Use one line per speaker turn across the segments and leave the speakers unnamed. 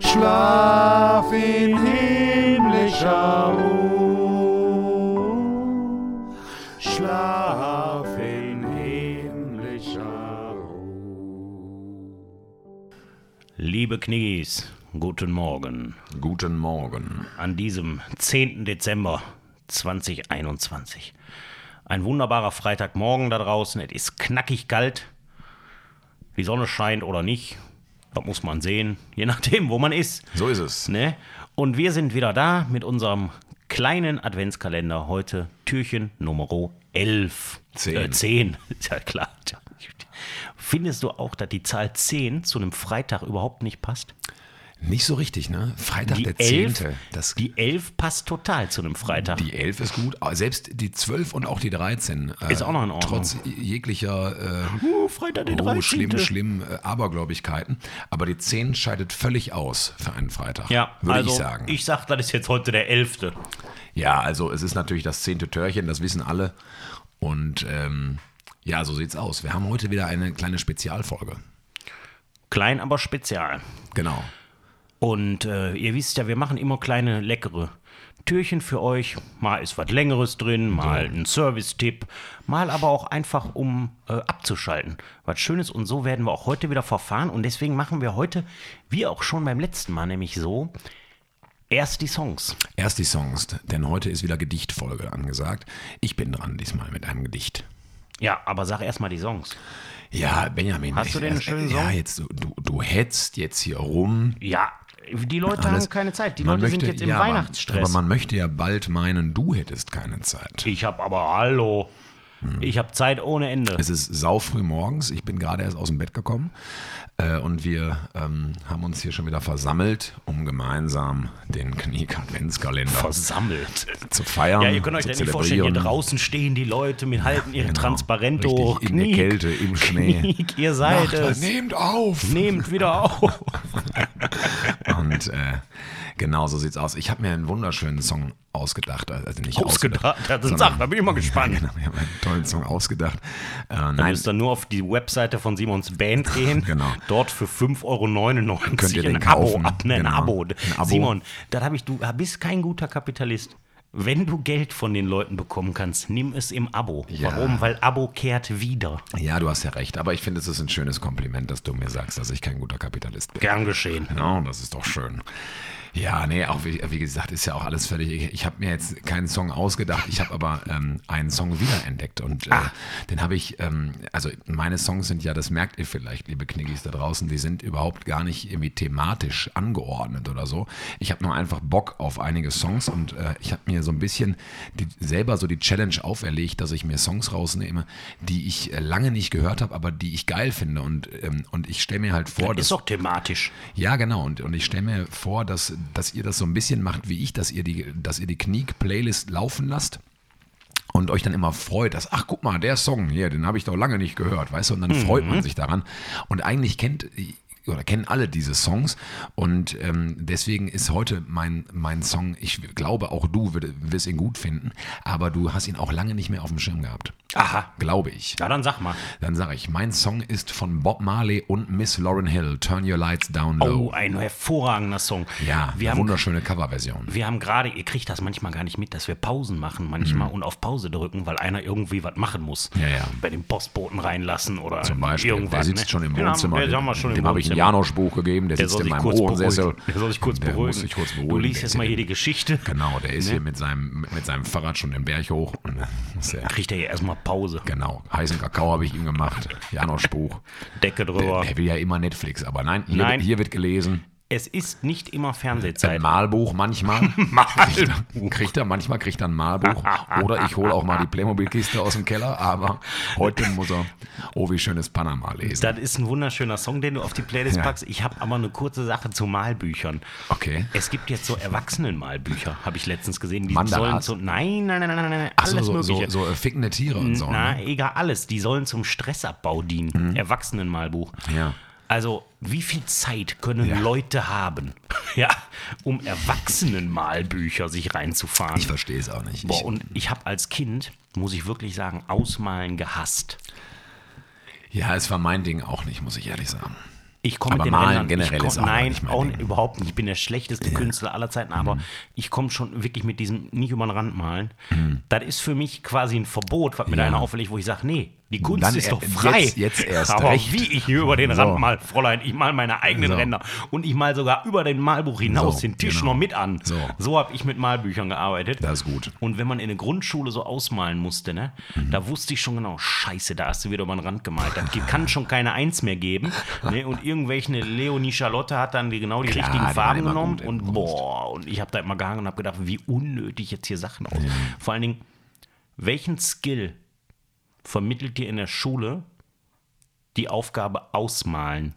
Schlaf in himmlischer Ruhe. Schlaf in himmlischer Ruhe.
Liebe Knies, guten Morgen.
Guten Morgen.
An diesem 10. Dezember 2021. Ein wunderbarer Freitagmorgen da draußen. Es ist knackig kalt. Die Sonne scheint oder nicht. Das muss man sehen, je nachdem, wo man ist.
So ist es.
Ne? Und wir sind wieder da mit unserem kleinen Adventskalender. Heute Türchen Nummer 11.
Zehn.
Äh, 10. Ist ja klar. Findest du auch, dass die Zahl 10 zu einem Freitag überhaupt nicht passt?
Nicht so richtig, ne? Freitag
Die
der
11,
10. Das, die,
die 11 passt total zu einem Freitag.
11 ist gut, aber selbst die 12 und auch die 13. äh,
Ist auch noch in Ordnung.
Trotz jeglicher äh,
Uh, Freitag der
oh, schlimm,
13..
schlimm äh, Abergläubigkeiten. Aber die 10 scheidet völlig aus für einen Freitag.
Ja,
würde
also
ich sagen.
Ich sag, das ist jetzt heute der 11.
ja, also es ist natürlich das zehnte Törchen, das wissen alle. Und ähm, ja, so sieht's aus. Wir haben heute wieder eine kleine Spezialfolge.
Klein, aber spezial.
Genau.
Und äh, ihr wisst ja, wir machen immer kleine, leckere Türchen für euch. Mal ist was Längeres drin, mal ein Service-Tipp, mal aber auch einfach, um äh, abzuschalten. Was Schönes und so werden wir auch heute wieder verfahren. Und deswegen machen wir heute, wie auch schon beim letzten Mal, nämlich so, erst die Songs.
Erst die Songs, denn heute ist wieder Gedichtfolge angesagt. Ich bin dran diesmal mit einem Gedicht.
Ja, aber sag erst mal die Songs.
Ja, Benjamin.
Hast du
ich-
denn einen
äh,
schönen
Ja,
Song?
jetzt, du, du, du hetzt jetzt hier rum.
Ja, die Leute
Alles-
haben keine Zeit. Die
Man
Leute sind
möchte-
jetzt im
ja, man-
Weihnachtsstress.
Aber man möchte ja bald meinen, du hättest keine Zeit.
Ich habe aber hallo.
Hm.
Ich habe Zeit ohne Ende.
Es ist saufrüh morgens. Ich bin gerade erst aus dem Bett gekommen. Äh, und wir ähm, haben uns hier schon wieder versammelt, um gemeinsam den Knie-Adventskalender
Versammelt.
zu feiern.
Ja, ihr könnt euch
zu
das nicht vorstellen. Hier
zelebrieren.
draußen stehen die Leute, mit halten ihre
Genau.
Transparente
Richtig,
hoch.
In der
Kniek,
Kälte, im Schnee.
Kniek, ihr seid
Macht das,
es.
nehmt auf!
Nehmt wieder auf.
Und äh, genau so sieht's aus. Ich habe mir einen wunderschönen Song ausgedacht. Also nicht
Ausgedacht. Das ist
sondern-
Sache, da bin ich immer gespannt.
Genau, ich habe einen tollen Song ausgedacht. Äh,
Ihr
nein,
müsst dann nur auf die Webseite von Simons Band gehen.
Genau.
Dort für 5,99 Euro
Könnt ihr den
ein, Abo
kaufen.
ab, ne, ein,
Genau.
Abo.
Ein Abo.
Simon, das hab ich, du bist kein guter Kapitalist. Wenn du Geld von den Leuten bekommen kannst, nimm es im Abo.
Ja.
Warum? Weil Abo kehrt wieder.
ja, du hast ja recht. Aber ich finde, es ist ein schönes Kompliment, dass du mir sagst, dass ich kein guter Kapitalist bin.
Gern geschehen.
Genau, das ist doch schön. Ja, nee, auch wie, wie gesagt, ist ja auch alles völlig. Ich, ich habe mir jetzt keinen Song ausgedacht, ich habe aber ähm, einen Song wiederentdeckt und äh, den habe ich, ähm, also meine Songs sind ja, das merkt ihr vielleicht, liebe Kniggis da draußen, die sind überhaupt gar nicht irgendwie thematisch angeordnet oder so. Ich habe nur einfach Bock auf einige Songs und äh, ich habe mir so ein bisschen die, selber so die Challenge auferlegt, dass ich mir Songs rausnehme, die ich äh, lange nicht gehört habe, aber die ich geil finde und, ähm, und ich stelle mir halt vor, dass
Ist doch thematisch.
ja, genau. Und, und ich stelle mir vor, dass, dass ihr das so ein bisschen macht wie ich, dass ihr die, dass ihr die Kniek-Playlist laufen lasst und euch dann immer freut, dass, ach guck mal, der Song hier, den habe ich doch lange nicht gehört, weißt du, und dann freut
Mhm.
man sich daran. Und eigentlich kennt oder kennen alle diese Songs und ähm, deswegen ist heute mein, mein Song, ich glaube auch du würd- wirst ihn gut finden, aber du hast ihn auch lange nicht mehr auf dem Schirm gehabt.
Aha.
Glaube ich.
Na dann sag mal.
Dann sage ich, mein Song ist von Bob Marley und Miss Lauren Hill, Turn Your Lights Down Low.
Oh, ein hervorragender Song.
Ja,
wir
eine
haben,
wunderschöne Coverversion.
wir haben gerade, ihr kriegt das manchmal gar nicht mit, dass wir Pausen machen manchmal und auf Pause drücken, weil einer irgendwie was machen muss.
Mhm. Ja, ja.
Bei dem Postboten reinlassen oder
Zum Beispiel, der
irgendwas.
sitzt
ne?
schon im
Den haben-
Wohnzimmer.
Den haben wir schon
dem
im
habe ich ein
Wohnzimmer.
Janosch-Buch gegeben, der,
Der
sitzt
soll,
in
sich
meinem
kurz
Ohrensessel.
beruhigen. der soll sich kurz
der
beruhigen.
Muss sich kurz beruhigen.
Du liest
Der
jetzt
ist
mal ne?
hier-
hier die Geschichte.
Genau, der ist hier mit seinem, mit seinem Fahrrad schon den Berg hoch. Und dann muss der,
Kriegt er hier erstmal Pause.
genau, heißen Kakao habe ich ihm gemacht. Janosch-Buch.
Decke drüber.
Der will ja immer Netflix, aber nein, hier,
Nein.
Wird, hier wird gelesen.
Es ist nicht immer
Ein
Fernsehzeit.
Malbuch manchmal. Malbuch. Kriegt er, manchmal kriegt er ein Malbuch. Oder ich hole auch mal die Playmobil-Kiste aus dem Keller, aber heute muss er, oh, wie schönes Panama lesen.
Das ist ein wunderschöner Song, den du auf die Playlist
Ja.
packst. Ich habe aber eine kurze Sache zu Malbüchern.
Okay.
Es gibt jetzt so Erwachsenen-Malbücher, habe ich letztens gesehen. Die sollen
Mandalas?
zu. Nein, nein, nein, nein, nein, nein.
Ach so,
Alles
so, so,
Mögliche. Mhm.
so äh, fickende Tiere und so. Mhm.
Na,
Ne?
egal, alles. Die sollen zum Stressabbau dienen. Erwachsenenmalbuch.
Ja.
Also, wie viel Zeit können
Ja.
Leute haben, ja, um Erwachsenenmalbücher sich reinzufahren?
Ich verstehe es auch nicht.
Boah,
Ich-
und ich habe als Kind, muss ich wirklich sagen, Ausmalen gehasst.
ja, es war mein Ding auch nicht, muss ich ehrlich sagen.
Ich komme
Aber
mit den
malen
Rändern.
generell
ich komm,
ist auch
Nein,
nicht mein
auch
Ding. Mhm.
überhaupt nicht. Ich bin der schlechteste Künstler aller Zeiten, aber ich komme schon wirklich mit diesem nicht über den Rand malen. Das ist für mich quasi ein Verbot, was mir
Mhm. Ja.
da einer auffällt, wo ich sage, nee, die Kunst
Dann
ist
er-
doch frei.
jetzt- jetzt erst
aber
recht.
wie ich hier über den
So.
Rand mal, Fräulein, ich mal meine eigenen
So.
Ränder und ich mal sogar über den Malbuch hinaus
So,
den Tisch
genau.
noch mit an.
So.
so habe ich mit Malbüchern gearbeitet.
Das ist gut. Mhm.
Und wenn man in der Grundschule so ausmalen musste, ne, da wusste ich schon genau, scheiße, da hast du wieder über den Rand gemalt. Das ge- kann schon keine Eins mehr geben. Ne, und irgendwelche Leonie Charlotte hat dann die, genau die
Klar, die
richtigen
waren
Farben
immer
genommen.
gut in
Und
Kunst.
boah, und ich habe da immer gehangen und habe gedacht, wie unnötig jetzt hier Sachen aus.
Mhm.
Vor allen Dingen, welchen Skill vermittelt dir in der Schule die Aufgabe ausmalen?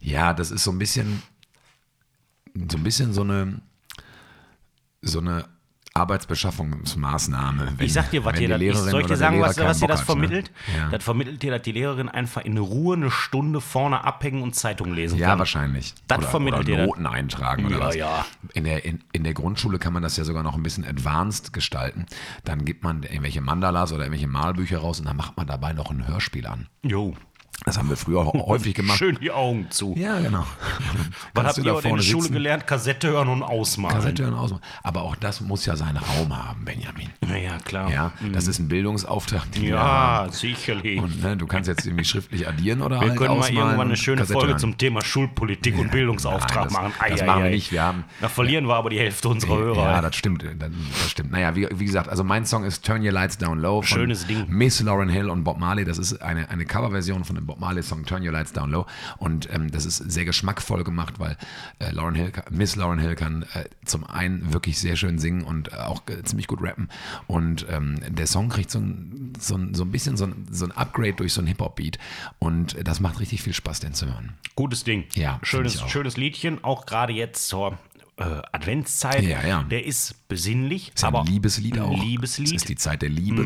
Ja, das ist so ein bisschen, so ein bisschen so eine, so eine Arbeitsbeschaffungsmaßnahme. Wenn,
Ich sag dir, was
wenn
dir
die
das, ich,
Lehrerin
soll ich
oder
dir
der
sagen,
Lehrer
was,
keinen
was dir
Bock
das
hat, ne?
vermittelt?
Ja.
Das vermittelt dir, dass die Lehrerin einfach in Ruhe eine Stunde vorne abhängen und Zeitung lesen
Ja,
kann.
wahrscheinlich.
Das
oder,
vermittelt
oder
dir
Noten eintragen oder
Ja,
was.
ja.
In der, in, in der Grundschule kann man das ja sogar noch ein bisschen advanced gestalten. Dann gibt man irgendwelche Mandalas oder irgendwelche Malbücher raus und dann macht man dabei noch ein Hörspiel an.
Jo.
Das haben wir früher auch häufig gemacht.
Schön die Augen zu.
Ja, genau.
was habt
Kannst du da
ihr heute in der
vorne
Schule
sitzen?
gelernt? Kassette hören und ausmalen.
Kassette hören, ausmachen. Aber auch das muss ja seinen Raum haben, Benjamin.
Ja, klar.
Ja, das ist ein Bildungsauftrag. Den wir haben.
Mhm. Ja, sicherlich.
Und, ne, du kannst jetzt irgendwie schriftlich addieren oder
wir
halt
können mal
ausmalen
irgendwann eine
und
schöne
Kassette
Folge
hören.
zum Thema Schulpolitik und Bildungsauftrag
nein, das-
machen.
das
Ei,
machen
ei,
wir
ei.
nicht. Wir haben-
da verlieren wir aber die Hälfte unserer Hörer.
Ja, das stimmt, äh, das, das stimmt. Naja, wie, wie gesagt, also mein Song ist Turn Your Lights Down Low von
Schönes Ding.
Miss Lauren Hill und Bob Marley. Das ist eine, eine Coverversion von dem Bob Marley-Song Turn Your Lights Down Low. Und ähm, das ist sehr geschmackvoll gemacht, weil äh, Lauren Hill, kann- Miss Lauren Hill kann äh, zum einen wirklich sehr schön singen und äh, auch äh, ziemlich gut rappen. Und ähm, der Song kriegt so ein, so ein, so ein bisschen so ein, so ein Upgrade durch so ein Hip-Hop-Beat. Und äh, das macht richtig viel Spaß, den zu hören.
Gutes Ding.
Ja, find ich
Schönes,
auch.
schönes Liedchen, auch gerade jetzt zur äh, Adventszeit.
Ja, ja.
Der ist besinnlich,
Ist ja
aber
ein Liebeslied auch.
Liebeslied. Mhm.
Es ist die Zeit der Liebe.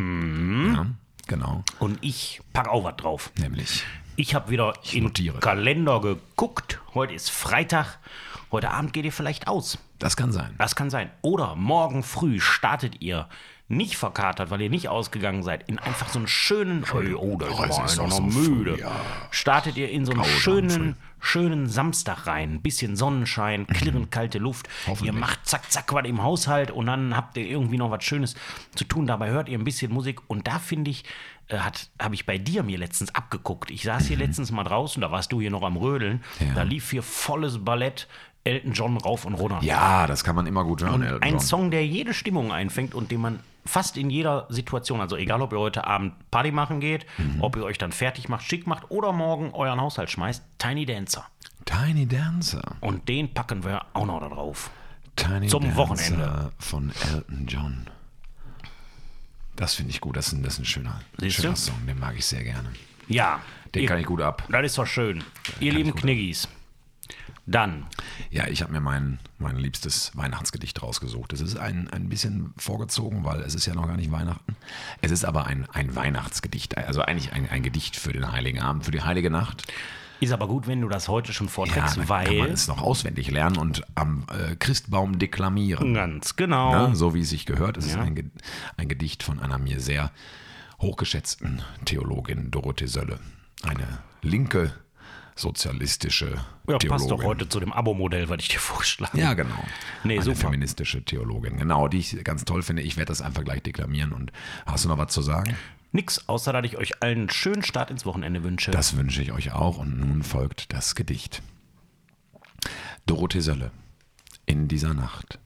Ja, genau.
und ich pack auch was drauf.
Nämlich.
Ich habe wieder im
notiere.
Kalender geguckt. Heute ist Freitag. Heute Abend geht ihr vielleicht aus.
Das kann sein.
Das kann sein. Oder morgen früh startet ihr nicht verkatert, weil ihr nicht ausgegangen seid, in einfach so einen schönen. Oh, da ist
es
man
ist
noch
doch so
müde.
früh, ja.
Startet ihr in so einen
Grausamen
schönen, schönen Samstag rein. Ein bisschen Sonnenschein, klirrend kalte Luft. Ihr
Hoffentlich.
macht zack, zack, was im Haushalt und dann habt ihr irgendwie noch was Schönes zu tun. Dabei hört ihr ein bisschen Musik und da finde ich, äh, hat habe ich bei dir mir letztens abgeguckt. Ich saß
Mhm.
hier letztens mal draußen, da warst du hier noch am Rödeln. Da lief hier volles Ballett. Elton John rauf und runter.
Ja, das kann man immer gut hören. Elton
Ein
John.
Song, der jede Stimmung einfängt und den man fast in jeder Situation, also egal ob ihr heute Abend Party machen geht,
Mhm.
ob ihr euch dann fertig macht, schick macht oder morgen euren Haushalt schmeißt, Tiny Dancer.
Tiny Dancer.
Und den packen wir auch noch da drauf.
Tiny
Zum
Dancer
Wochenende.
von Elton John. Das finde ich gut. Das ist ein, das ist ein schöner,
Siehst
schöner
du?
Song. Den mag ich sehr gerne.
Ja,
Den
ihr,
kann ich gut ab.
das ist doch schön. ihr lieben Kniggis, dann
Ja, ich habe mir mein, mein liebstes Weihnachtsgedicht rausgesucht. Es ist ein, ein bisschen vorgezogen, weil es ist ja noch gar nicht Weihnachten. Es ist aber ein, ein Weihnachtsgedicht. Also eigentlich ein, ein Gedicht für den Heiligen Abend, für die Heilige Nacht.
ist aber gut, wenn du das heute schon
Ja,
vorträgst,
dann kann man
weil.
es noch auswendig lernen und am äh, Christbaum deklamieren.
Ganz genau.
Ne? So wie es sich gehört, es ist ein, Ge- ein Gedicht von einer mir sehr hochgeschätzten Theologin Dorothee Sölle. Eine linke sozialistische
Ja,
Theologin.
passt doch heute zu dem Abo-Modell, was ich dir vorgeschlagen
Ja, genau.
Nee,
eine
super.
feministische Theologin. Genau, die ich ganz toll finde. Ich werde das einfach gleich deklamieren. Und hast du noch was zu sagen?
Nix, außer dass ich euch allen einen schönen Start ins Wochenende wünsche.
Das wünsche ich euch auch und nun folgt das Gedicht. Dorothee Sölle, in dieser Nacht.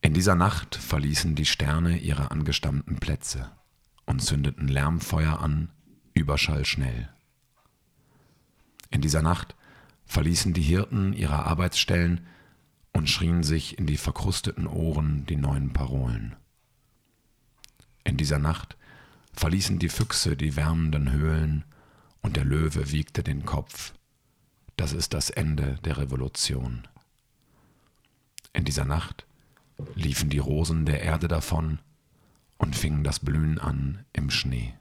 In dieser Nacht verließen die Sterne ihre angestammten Plätze und zündeten Lärmfeuer an, Überschall schnell. In dieser Nacht verließen die Hirten ihre Arbeitsstellen und schrien sich in die verkrusteten Ohren die neuen Parolen. In dieser Nacht verließen die Füchse die wärmenden Höhlen und der Löwe wiegte den Kopf. Das ist das Ende der Revolution. In dieser Nacht liefen die Rosen der Erde davon und fingen das Blühen an im Schnee.